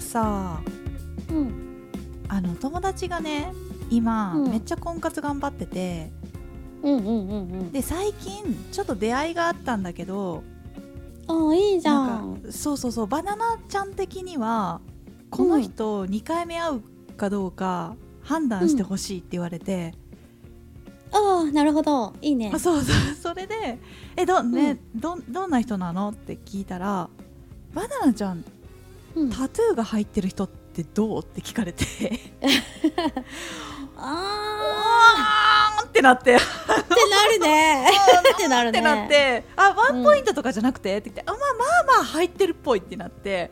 さうんあの友達がね今、うんめっちゃ婚活頑張っててうんうんうんうんで最近ちょっと出会いがあったんだけどああいいじゃなんんかそうそうそうバナナちゃん的にはこの人2回目会うかどうか判断してほしいって言われて、ああなるほどいいねあそうそう それで「えど,、ねどどんな人なの?」って聞いたら「バナナちゃんうんタトゥーが入ってる人ってどう?」って聞かれて 「ああーん!」ってな ってあってなるね ってなるっねてなって「あワンポイントとかじゃなくて?」って言って「あまあまあまあ入ってるっぽい」ってなって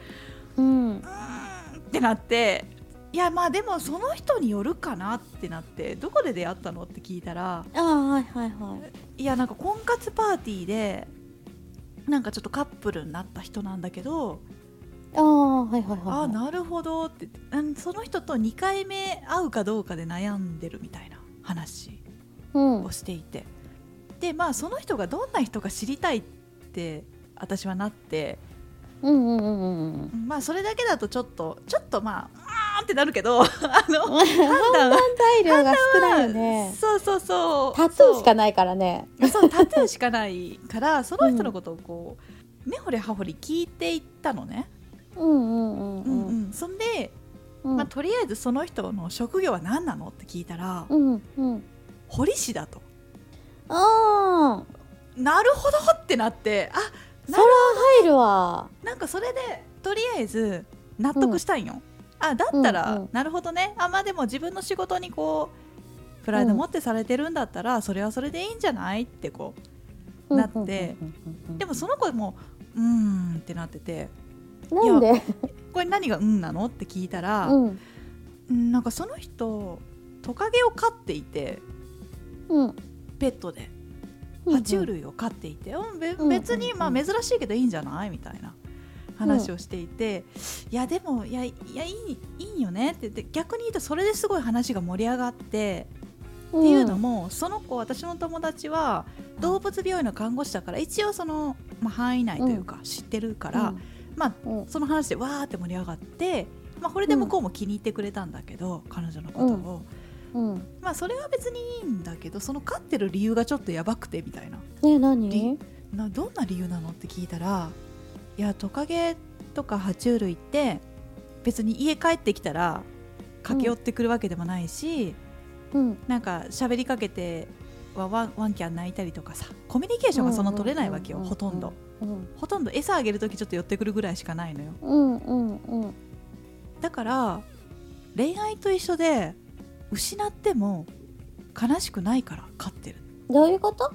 うん「うーん」ってなって「いやまあでもその人によるかな」ってなって「どこで出会ったの?」って聞いたらああはいはいは「いいやなんか婚活パーティーでなんかちょっとカップルになった人なんだけどああはいはいはいはいああなるほど」ってうんその人と2回目会うかどうかで悩んでるみたいな話うんをしていてでまあその人がどんな人か知りたいって私はなって。うんうんうんう んうんまあそれだけだとちょっとちょっとまあうーんってなるけど あの判断材料が少ないよねそうそうそうタトゥーしかないからねそうそうタトゥーしかない からその人のことをこう、根掘り葉掘り聞いていったのね、うんうんううんんうん、そんで、うんまあ、とりあえずその人の職業は何なのって聞いたら、うんうん堀師だとああなるほどってなってあそれは入るわなんかそれでとりあえず納得したんよ、あだったら、うんうんなるほどねあまあでも自分の仕事にこうプライド持ってされてるんだったら、それはそれでいいんじゃないってこなってうでもその子もうーんってなっててなんでこれ何がうんなのって聞いたら、うんうんなんかその人トカゲを飼っていてうんペットで爬虫類を飼っていて、うんべ別にうんまうあん珍しいけどいいんじゃないみたいな話をしていて、いやでもいやいやいいいいよねって言って逆に言うとそれですごい話が盛り上がって、っっていうのもその子私の友達は動物病院の看護師だから一応その、まあ、範囲内というか知ってるから、まあうんその話でわーって盛り上がって、まあ、これで向こうも気に入ってくれたんだけど、彼女のことを。うんまあそれは別にいいんだけどその飼ってる理由がちょっとやばくてみたいなねり何などんな理由なのって聞いたらいやトカゲとか爬虫類って別に家帰ってきたら駆け寄ってくるわけでもないし、うんなんか喋りかけてはワンワンキャン泣いたりとかさコミュニケーションがそんな取れないわけようんうんほうんうとんんどうんほとんど餌あげる時ちょっと寄ってくるぐらいしかないのようんうんうんだから恋愛と一緒で失っても悲しくないから飼ってるどういうこと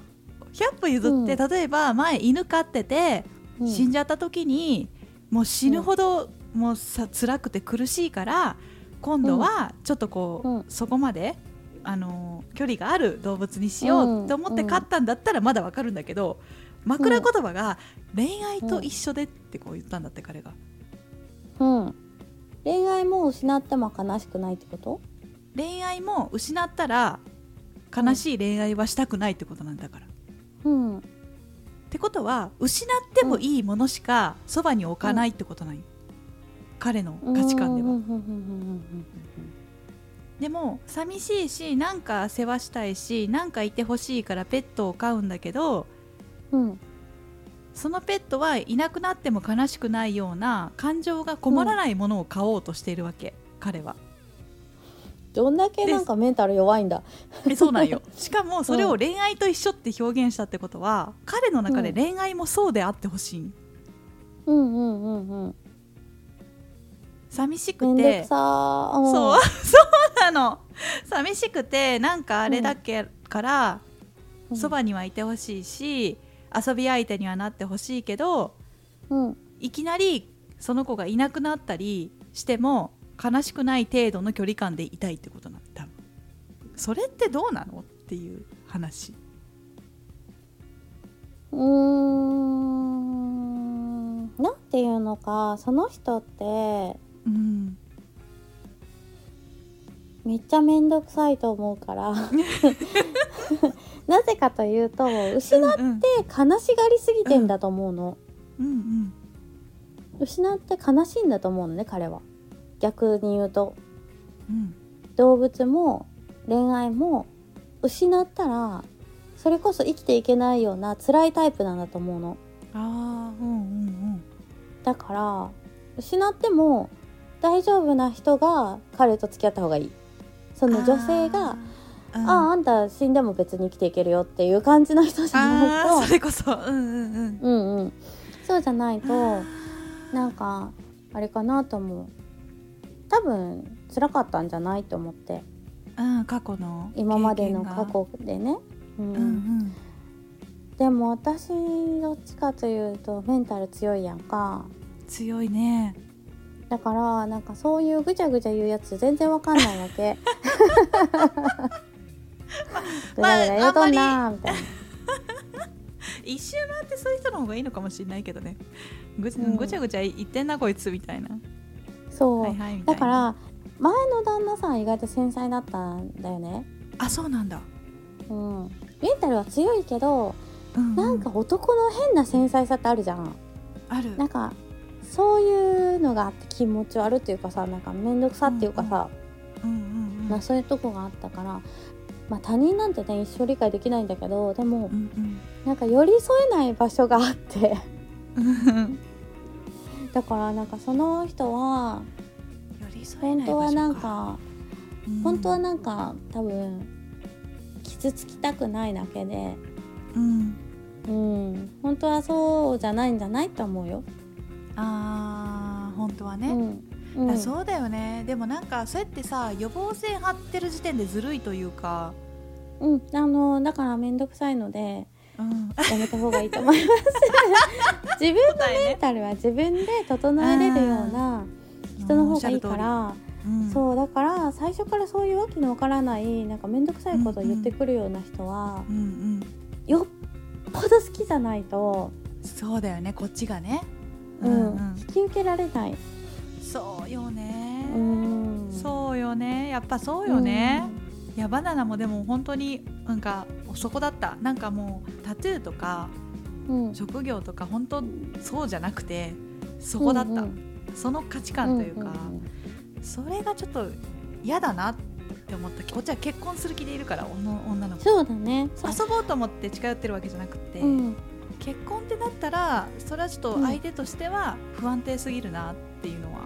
100歩譲って、う例えば前犬飼ってて、うん死んじゃった時にもう死ぬほど、もうさ辛くて苦しいから今度はちょっとこう、うんそこまで、あのー距離がある動物にしようと思ってうん飼ったんだったらまだわかるんだけど、枕言葉が「恋愛と一緒で」ってこう言ったんだって彼が。うん恋愛も失っても悲しくないってこと恋愛も失ったら悲しい恋愛はしたくないってことなんだから。うんってことは失ってもいいものしかそばに置かないってことない、彼の価値観では。でも寂しいしなんか世話したいしなんかいてほしいからペットを飼うんだけどうんそのペットはいなくなっても悲しくないような感情がこもらないものを飼おうとしているわけ、彼は。どんだけなんかメンタル弱いんだえそうなんよ しかもそれを恋愛と一緒って表現したってことは彼の中で恋愛もそうであってほしい、うんうんうんうん寂しめくんどくてさーうんそう そうなの寂しくてなんかあれだけからうんそば、にはいてほしいし遊び相手にはなってほしいけどうんいきなりその子がいなくなったりしても悲しくない程度の距離感でいたいってことなんだ多分それってどうなのっていう話うーんなんていうのかその人ってうんめっちゃめんどくさいと思うから なぜかというと失ってうん悲しがりすぎてんだと思うの、うんうん失って悲しいんだと思うのね彼は逆に言うとうん動物も恋愛も失ったらそれこそ生きていけないような辛いタイプなんだと思うのああうんうんだから失っても大丈夫な人が彼と付き合った方がいいそうんの女性あがーあうんああんた死んでも別に生きていけるよっていう感じの人じゃないあとーそれこそうんうんうんうんうんそうじゃないとなんかかあれかなと思う多分辛かったんじゃないと思ってうん過去の今までの経験が過去でね、うんうんうんでも私どっちかというとメンタル強いやんか強いねだからなんかそういうぐちゃぐちゃ言うやつ全然わかんないわ け ぐまあだぐだ言うとんなーみたいな一周回ってそういう人の方がいいのかもしれないけどねぐ,、うんぐちゃぐちゃ言ってんなこいつみたいなそはいはういみたいなだから前の旦那さん意外と繊細だったんだよねあそうなんだ、うんメンタルは強いけどうんうんなんか男の変な繊細さってあるじゃんあるなんかそういうのがあって気持ち悪いっていうかさなんか面倒くさっていうかさ、うんうんうんまあ、そういうとこがあったから、まあ、他人なんてね一生理解できないんだけどでもうんなんか寄り添えない場所があって うんだからなんかその人は寄り添え本ない場当所はなんかうん本当はなんか多分傷つきたくないだけでうんうん本当はそうじゃないんじゃないと思うよ。あー本当はね、うんうあん、そうだよねでもなんかそうやってさ予防線張ってる時点でずるいというかうん、あのだから面倒くさいのでうんやめた方がいいと思い ます。自分の答えメねンタルは自分で整えれるような人の方がいいか、ら、うんそうだから最初からそういうわけのわからないなんか面倒くさいことを言ってくるような人はう、んうんよっぽど好きじゃないと、そうだよねこっちがねううんんうん引き受けられない。そうよね、うん、そうよねやっぱそううよね、いやバナナもでも本当になんかそこだったなんかもうタトゥーとかん。うん、職業とか本当そうじゃなくてそこだった、んその価値観というか、んんそれがちょっと嫌だなって思ったこっちは結婚する気でいるからおの女の子そうだね。そう遊ぼうと思って近寄ってるわけじゃなくて、うん、結婚ってなったらそれはちょっと相手としては不安定すぎるなっていうのは、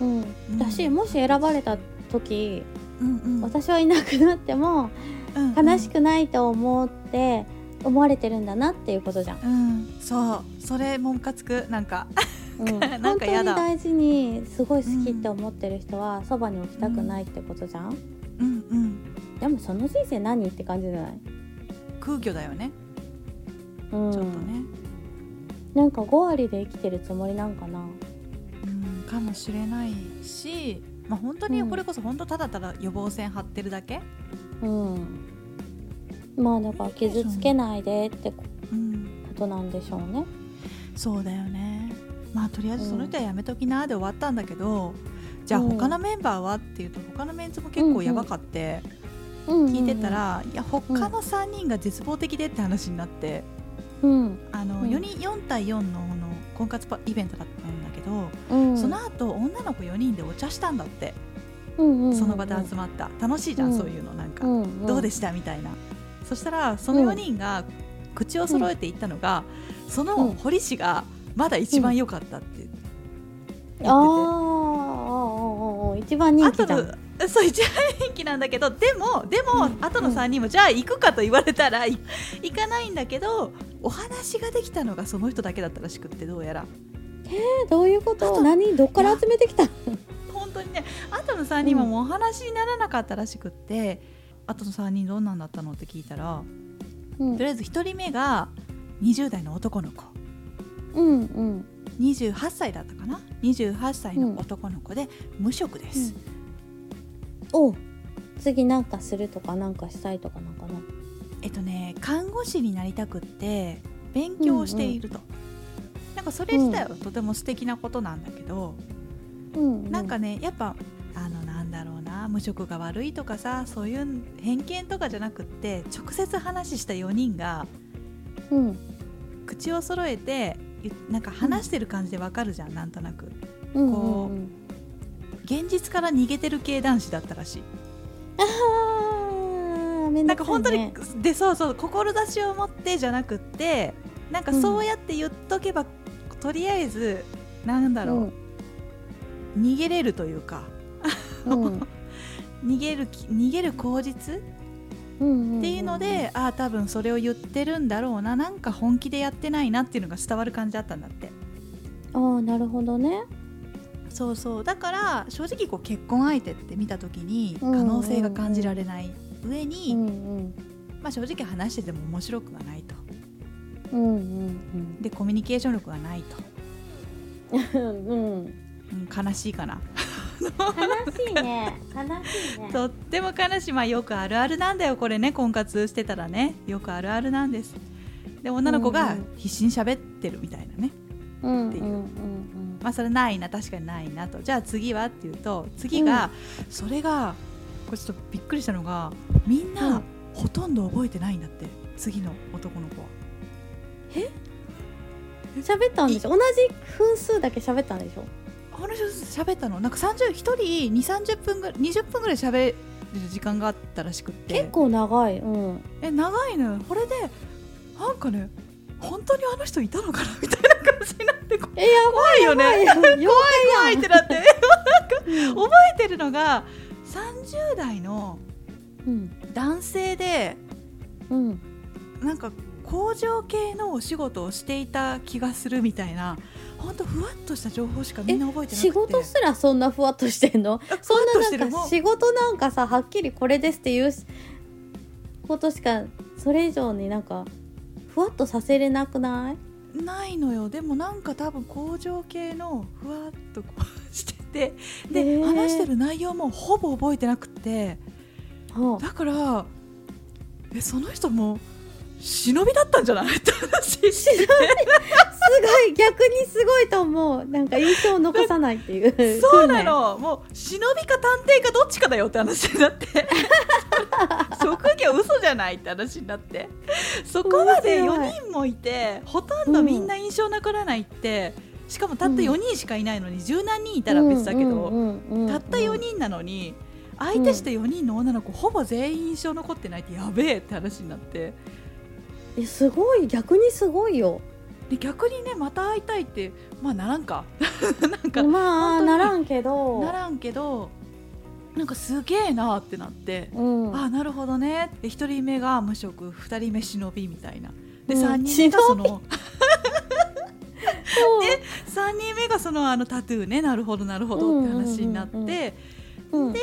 うん、だしうんもし選ばれた時、うんうん私はいなくなってもうんうん悲しくないと思って思われてるんだなっていうこと じゃん。うん、そうそれもムカつくなんか うなん、んか本当やにだ大事にすごい好きって思ってる人はそばに置きたくないってことじゃん、うんうんでもその人生何って感じじゃない、空虚だよねうん、ちょっとね、なんか5割で生きてるつもりなんかなうん、かもしれないしまあ本当にこれこそ本当ただただ予防線張ってるだけ、うんまあだから傷つけないでってこうん、となんでしょうねそうだよねまあとりあえずその人はやめときなで終わったんだけど、じゃあうん他のメンバーはっていうと他のメンツも結構やばかって聞聞いてた、ら、いや他の3人が絶望的でって話になって、うんあのうん4人4対4のあの婚活パイベントだったんだけど、うん、その後女の子4人でお茶したんだって、その場で集まった楽しいじゃん、うんそういうのなんか、うんうん、どうでししたみたいなそしたらその4人が口を揃えて言ったのが、その堀氏がまだ一番良かったって言ってて、あーあーあーあー一番人気後じゃんのそう一番人気なんだけどでもでも、うん後の3人もじゃあ行くかと言われたらい行かないんだけどお話ができたのがその人だけだったらしくってどうやらえどういうこあとと何どっから集めてきた本当にね後の3人ももうお話にならなかったらしくって、後の3人どんなんだったのって聞いたらうんとりあえず1人目が20代の男の子うんうん28歳だったかな28歳の男の子で無職です、お次なんかするとかなんかしたいとかなんかなえっとね看護師になりたくって勉強をしていると、なんかそれ自体はとても素敵なことなんだけど、うん、なんかねやっぱあのなんだろうな無職が悪いとかさそういう偏見とかじゃなくって直接話した4人がうん口を揃えてゆなんか話してる感じでわかるじゃんなんとなくうんこううん現実から逃げてる系男子だったらしいああめんなどんかくさい本当にねでそうそう志を持ってじゃなくってなんかそうやって言っとけば、とりあえずなんだろう、逃げれるというかうんうん逃げるき逃げる口実うんんんっていうので、ああ多分それを言ってるんだろうななんか本気でやってないなっていうのが伝わる感じだったんだってああなるほどねそうそうだから正直こう結婚相手って見た時にう可んうんうん能性が感じられない上うに、んうんまあ、正直話してても面白くはないとうんうんでコミュニケーション力がないと、うん うんうん、悲しいかな悲しいね悲しいねとっても悲しいまあよくあるあるなんだよこれね婚活してたらねよくあるあるなんですで女の子がうんうん必死に喋ってるみたいなね、うんっていううんうんまあそれないな確かにないなとじゃあ次はっていうと次が、それがこれちょっとびっくりしたのがみんな、うんほとんど覚えてないんだって次の男の子はうん喋ったんでしょ同じ分数だけ喋ったんでしょあの人喋ったのなんか30一人2三3 0分ぐらい20分ぐらい喋る時間があったらしくって結構長いうんえ長いのよこれでなんかね本当にあの人いたのかな みたいな感じになってこえや怖いよねばいよ怖いってなってなんか覚えてるのが30代のうん男性でうんなんか工場系のお仕事をしていた気がするみたいな本当ふわっとした情報しかみんな覚えてなくて仕事すらそんなふわっとしてんのあふそわんっとしてなるなんもかう仕事なんかさはっきりこれですっていうことしかそれ以上になんかふわっとさせれなくないないのよでもなんか多分工場系のふわっとこうしててで、へー話してる内容もほぼ覚えてなくてはあだからえその人も忍びだったんじゃないって 話してすごい逆にすごいと思うなんか印象を残さないっていうそうなのもう忍びか探偵かどっちかだよって話になって 職業嘘じゃないって話になってそこまで面白い4人もいてほとんどみんな印象なくならないって、しかもたった4人しかいないのに十何人いたら別だけど。たった4人なのに相手して4人の女の子、ほぼ全員印象残ってないってやべえって話になって人すごい逆にすごいよで逆にねまた会いたいってまあならんかなんか本まあ当にならんけどならんけどなんかすげえなってなって、うんああなるほどねって1人目が無職2人目忍びみたいなでうん3人目がそ忍の三人目がそのあのタトゥーねなるほどなるほどって話になって、うんうんうんうんで、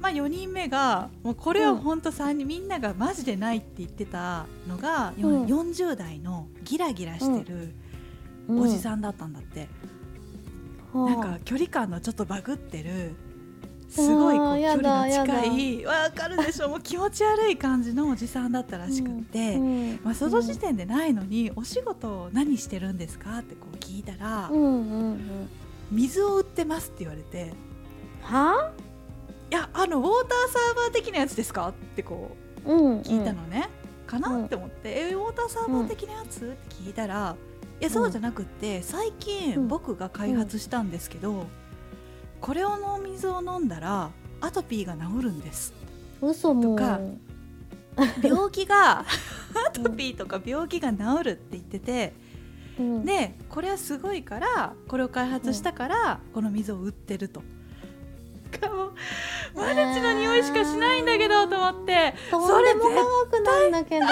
まあ、4人目がもうこれは本当3人、みんながマジでないって言ってたのが、ようん40代のギラギラしてるうんおじさんだったんだって、はあなんか距離感のちょっとバグってるすごいこあう距ーやだ離の近いわかるでしょもう気持ち悪い感じのおじさんだったらしくって。うんまあ、その時点でないのに、お仕事を何してるんですかってこう聞いたら、うんうんうん水を売ってますって言われてはいやあのウォーターサーバー的なやつですかってこうあうん聞いたのね、かな、うんって思ってえウォーターサーバー的なやつ、って聞いたらいやそうじゃなくって最う近ん僕が開発したんですけど、これをの水を飲んだらアトピーが治るんです嘘もとか 病気がアトピーとか病気が治るって言っててうんでこれはすごいからこれを開発したからこの水を売ってると。かもうマルチの匂いしかしないんだけどと思ってとんでも科学なんだけど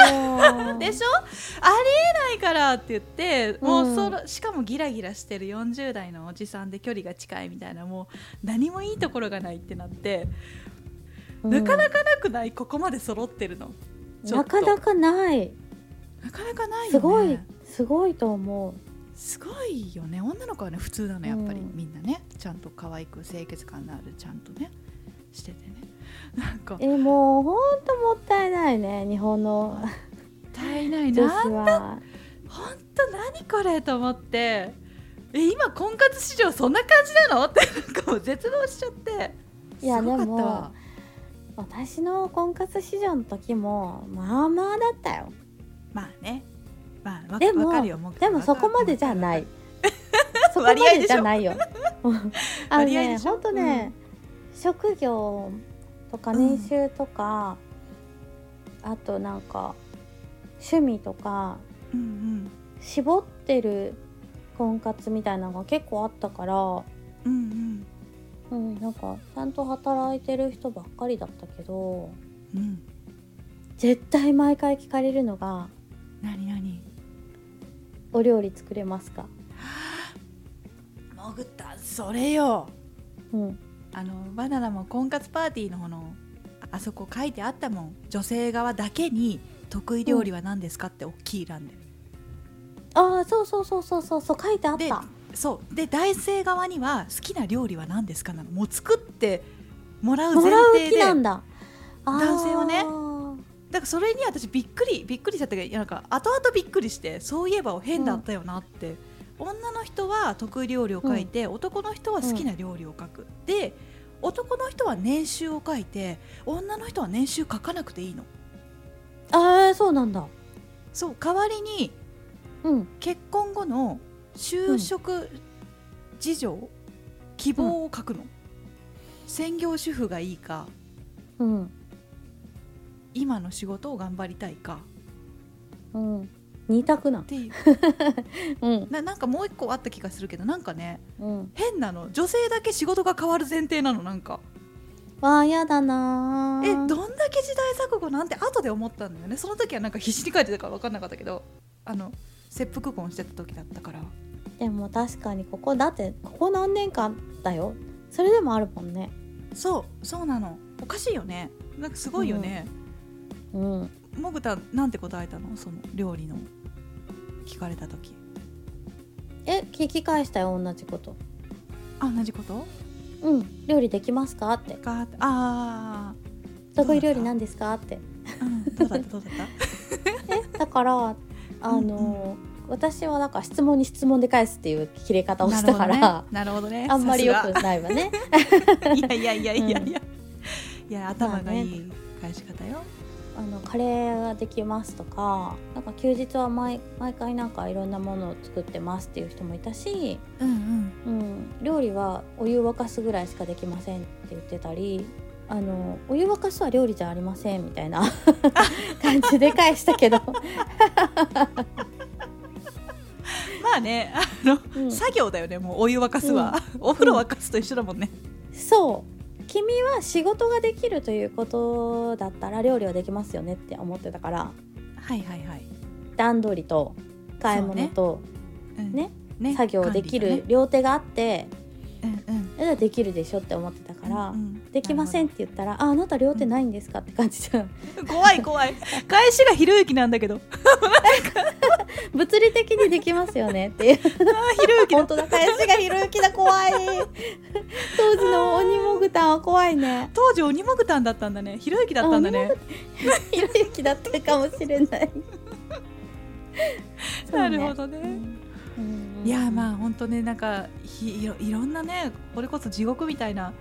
でしょありえないからって言ってもうその、しかもギラギラしてる40代のおじさんで距離が近いみたいなもう何もいいところがないってなって、なかなかかなくないここまで揃ってるのちょなっとかなかないなかなかないよねすごいすごいと思うすごいよね女の子はね普通なのやっぱり、うんみんなねちゃんと可愛く清潔感のあるちゃんとねしててねなんかもっえもうほんともったいないね日本のたいない女な子は本当何これと思ってえ今婚活市場そんな感じなのって なんかもう絶望しちゃっていやすごかったでもわ私の婚活市場の時もまあまあだったよまあねまあわでもわかるよもうでもそこまで じゃないそこま割合でしょでじゃないよ あの割合ねでしょほんとね、職業とかうん年収とか、あとなんか趣味とかうん絞ってる婚活みたいなのが結構あったから、うんうんうん、なんかちゃんと働いてる人ばっかりだったけどうんうん絶対毎回聞かれるのが何何「お料理作れますかもぐったんそれようん」あのバナナも婚活パーティーの方のあそこ書いてあったもん女性側だけに得意料理は何ですかって大きい欄で、ああそうそうそうそうそうそう書いてあっでたそうで男性側には好きな料理は何ですかなのもう作ってもらうも前らう提気でだなんかだ男性はねあーらそれに私びっくりびっくりしちゃったけどいやなんか後々びっくりしてそういえば変だったよなって、女の人は得意料理を書いて、男の人は好きな料理を書く、で男の人は年収を書いて女の人は年収書かなくていいのあーそうなんだそう代わりにうん結婚後の就職事情、希望を書くの、専業主婦がいいかうん今の仕事を頑張りたいかうん二択なんっていううんななんかもう一個あった気がするけどなんかねうん変なの女性だけ仕事が変わる前提なのなんかわあやだなえーどんだけ時代錯誤なんて後で思ったんだよねその時はなんか必死に書いてたから分かんなかったけどあの切腹婚してた時だったからでも確かにここだってここ何年間だよそれでもあるもんねそうそうなのおかしいよねなんかすごいよね、うんもぐたなんて答えたのその料理の聞かれた時え聞き返したよ同じことあ同じことうん料理できますかってがあ得意料理なんですかってー、うん、どうだったどうだったえだからあのー私はなんか質問に質問で返すっていう切れ 方をしたから、なるほどねなるほどねあんまりよさすくがないわねいやいやいやいやいや、いや頭がいい返し方よ、あのカレーができますとかなんか休日は毎毎回なんかいろんなものを作ってますっていう人もいたし、うんうん、料理はお湯沸かすぐらいしかできませんって言ってたりあのお湯沸かすは料理じゃありませんみたいな 感じで返したけど、うんまあねあの、うん作業だよねもうお湯沸かすは、お風呂沸かすと一緒だもんね、そう君は仕事ができるということだったら料理はできますよねって思ってたからはいはいはい、段取りと買い物とうんねね作業できる両手があって、管理がねうんうんえじゃあできるでしょって思ってたから、うんうんできませんっなて言ったら「ああなた両手ないんですか?」って感じじゃるんほど怖い怖い返しがひろゆきなんだけど物理的にできますよねっていうひろゆきだ 本当だ返しがひろゆきだ怖い当時の鬼もぐたんは怖いね当時鬼もぐたんだったんだねひろゆきだったんだね ひろゆきだったかもしれないなるほど そうね、ねうんいやあまあ本当ねなんかひいろいろんなねこれこそ地獄みたいな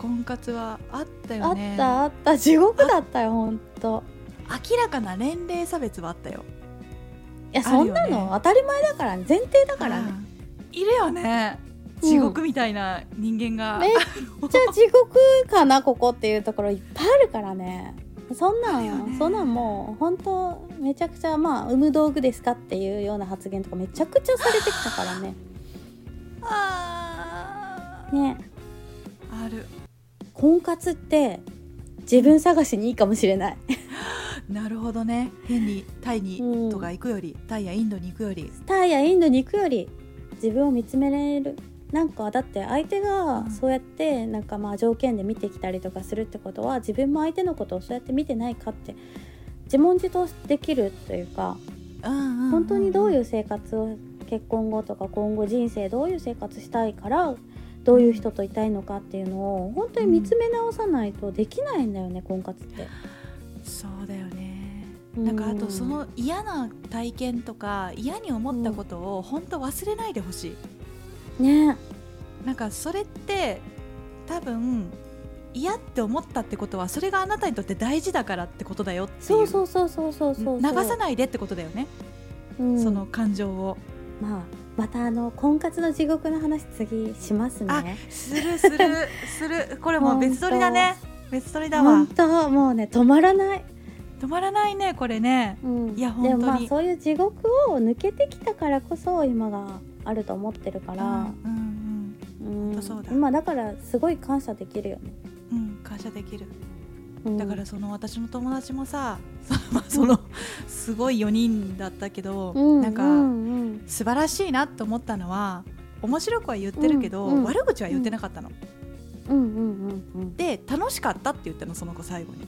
婚活はあったあよねったあった地獄だったよ本当明らかな年齢差別はあったよいあやそるんよねなの当たり前だからね前提だだからねいるよねうん地獄みたいな人間が、めっちゃ地獄かなここっていうところいっぱいあるからねそんなあるよん、ねそんなんもう本当めちゃくちゃまあ産む道具ですかっていうような発言とかめちゃくちゃされてきたからねあー ねある婚活って自分探しにいいかもしれないなるほどね変にタイうんにとか行くより、タイやインドに行くよりタイやインドに行くより自分を見つめられるなんかだって相手うがんそうやってなんかまあ条件で見てきたりとかするってことは自分も相手のことをそうやって見てないかって自問自答できるというか本当にどういうう生活を結婚後とか今後人生どういう生活したいからどういう人といたいのかっていうのを本当に見つめ直さないとできないんだよね婚活って。そうだよねなんかあとその嫌な体験とか嫌に思ったことを本当忘れないでほしいねなんかそれって多分嫌って思ったってことはそれがあなたにとって大事だからってことだよっていうそうそうそうそうそうそう流さないでってことだよね、うんその感情をまあまたあの婚活の地獄の話次しますね。するするするこれもう別撮りだね別撮りだわ本当もうね止まらない。止まらないねこれねうんいやで本も当まあにそういう地獄を抜けてきたからこそ今があると思ってるかうんら、うんうん当そうだまあだからすごい感謝できるよね。うんうん感謝できるうんだからその私の友達もさ そのまあそのすごい4人だったけどうなんうかうん素晴らしいなと思ったのは面白くは言ってるけどうんうん悪口は言ってなかったのうんうんうんうんで楽しかったって言ったのその子最後に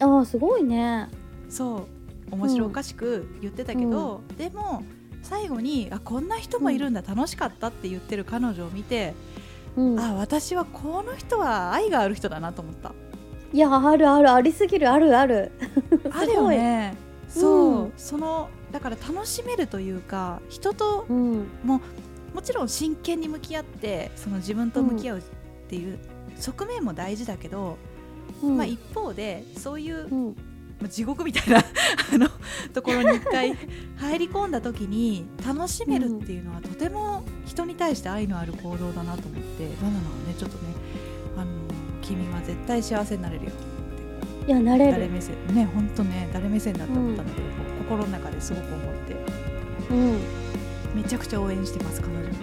ああすごいね。そう面白おかしく言ってたけど、でも最後にあこんな人もいるんだ、楽しかったって言ってる彼女を見て、うん、あ私はこの人は愛がある人だなと思 ったいやあるあるありすぎるあるある。あるよねそう、うんそのだから楽しめるというか人とうんもちろん真剣に向き合ってその自分と向き合うっていう側面も大事だけど、うんまあ、一方でそういううんまあ地獄みたいな あのところに一回入り込んだ時に楽しめるっていうのはとても人に対して愛のある行動だなと思ってバナナはねちょっとねあの君は絶対幸せになれるよいや慣れ誰る。目線ね本当ね誰目線だと思ったんだけど、心の中ですごく思ってうんめちゃくちゃ応援してます彼女のこ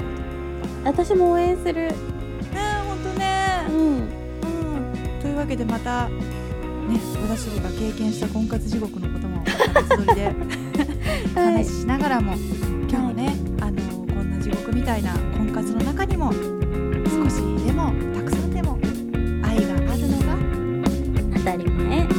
と私も応援する。ねえ本当ねうん。うん、というわけでまた、ね、私が経験した婚活地獄のこともまた別撮りでおはい話ししながらも、今日もね、あのこんな地獄みたいな婚活の中にも少しでもたくさんでも愛があるのが当たり前。